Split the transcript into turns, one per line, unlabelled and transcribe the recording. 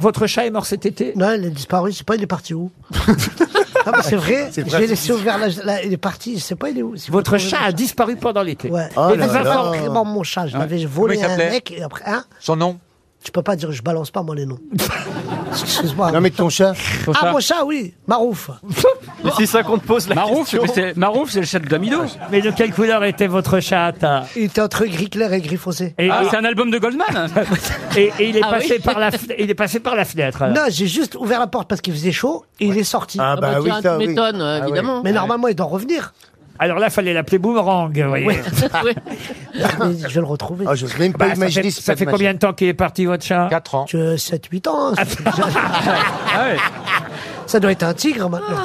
Votre chat est mort cet été
Non, il a disparu, je sais pas, il est parti où Ah bah, c'est vrai, je l'ai laissé ouvert, là, là, il est parti, je sais pas, il est où. Si vous
Votre
trouvez
chat
mon
a disparu pendant l'été.
Ouais.
Oh
Et
là
les
là.
enfants, vraiment, mon chat, je l'avais
Comment
volé
il
à un
s'appelait
mec, et après, hein,
Son nom
tu peux pas dire, je balance pas, moi, les noms. Excuse-moi.
Non mais ton chat.
ah, mon chat, oui, Marouf.
Mais c'est ça qu'on te pose la
Marouf,
question.
mais c'est- Marouf, c'est le chat de Damido.
Mais de quelle couleur était votre chat hein
Il était entre gris clair et gris foncé.
et,
Ah, c'est un album de Goldman.
et- et il, est
Ah
passé
oui.
par la fenêtre- il est passé par la fenêtre. alors.
Non, j'ai juste ouvert la porte parce qu'il faisait chaud et il est sorti.
Ah bah oui, ça oui.
m'étonne,
Ah oui.
évidemment.
Mais normalement, il doit revenir.
Alors là, fallait l'appeler boomerang. vous voyez.
Oui.
Ouais.
Mais je vais le retrouver.
Ah, je n'ose même
Bah,
pas
ça
imaginer
fait,
ce
ça fait combien de temps qu'il est parti votre chat
4 ans.
Tu as 7-8 ans. hein, c'est déjà-
Ah ouais.
Ça doit être un tigre maintenant.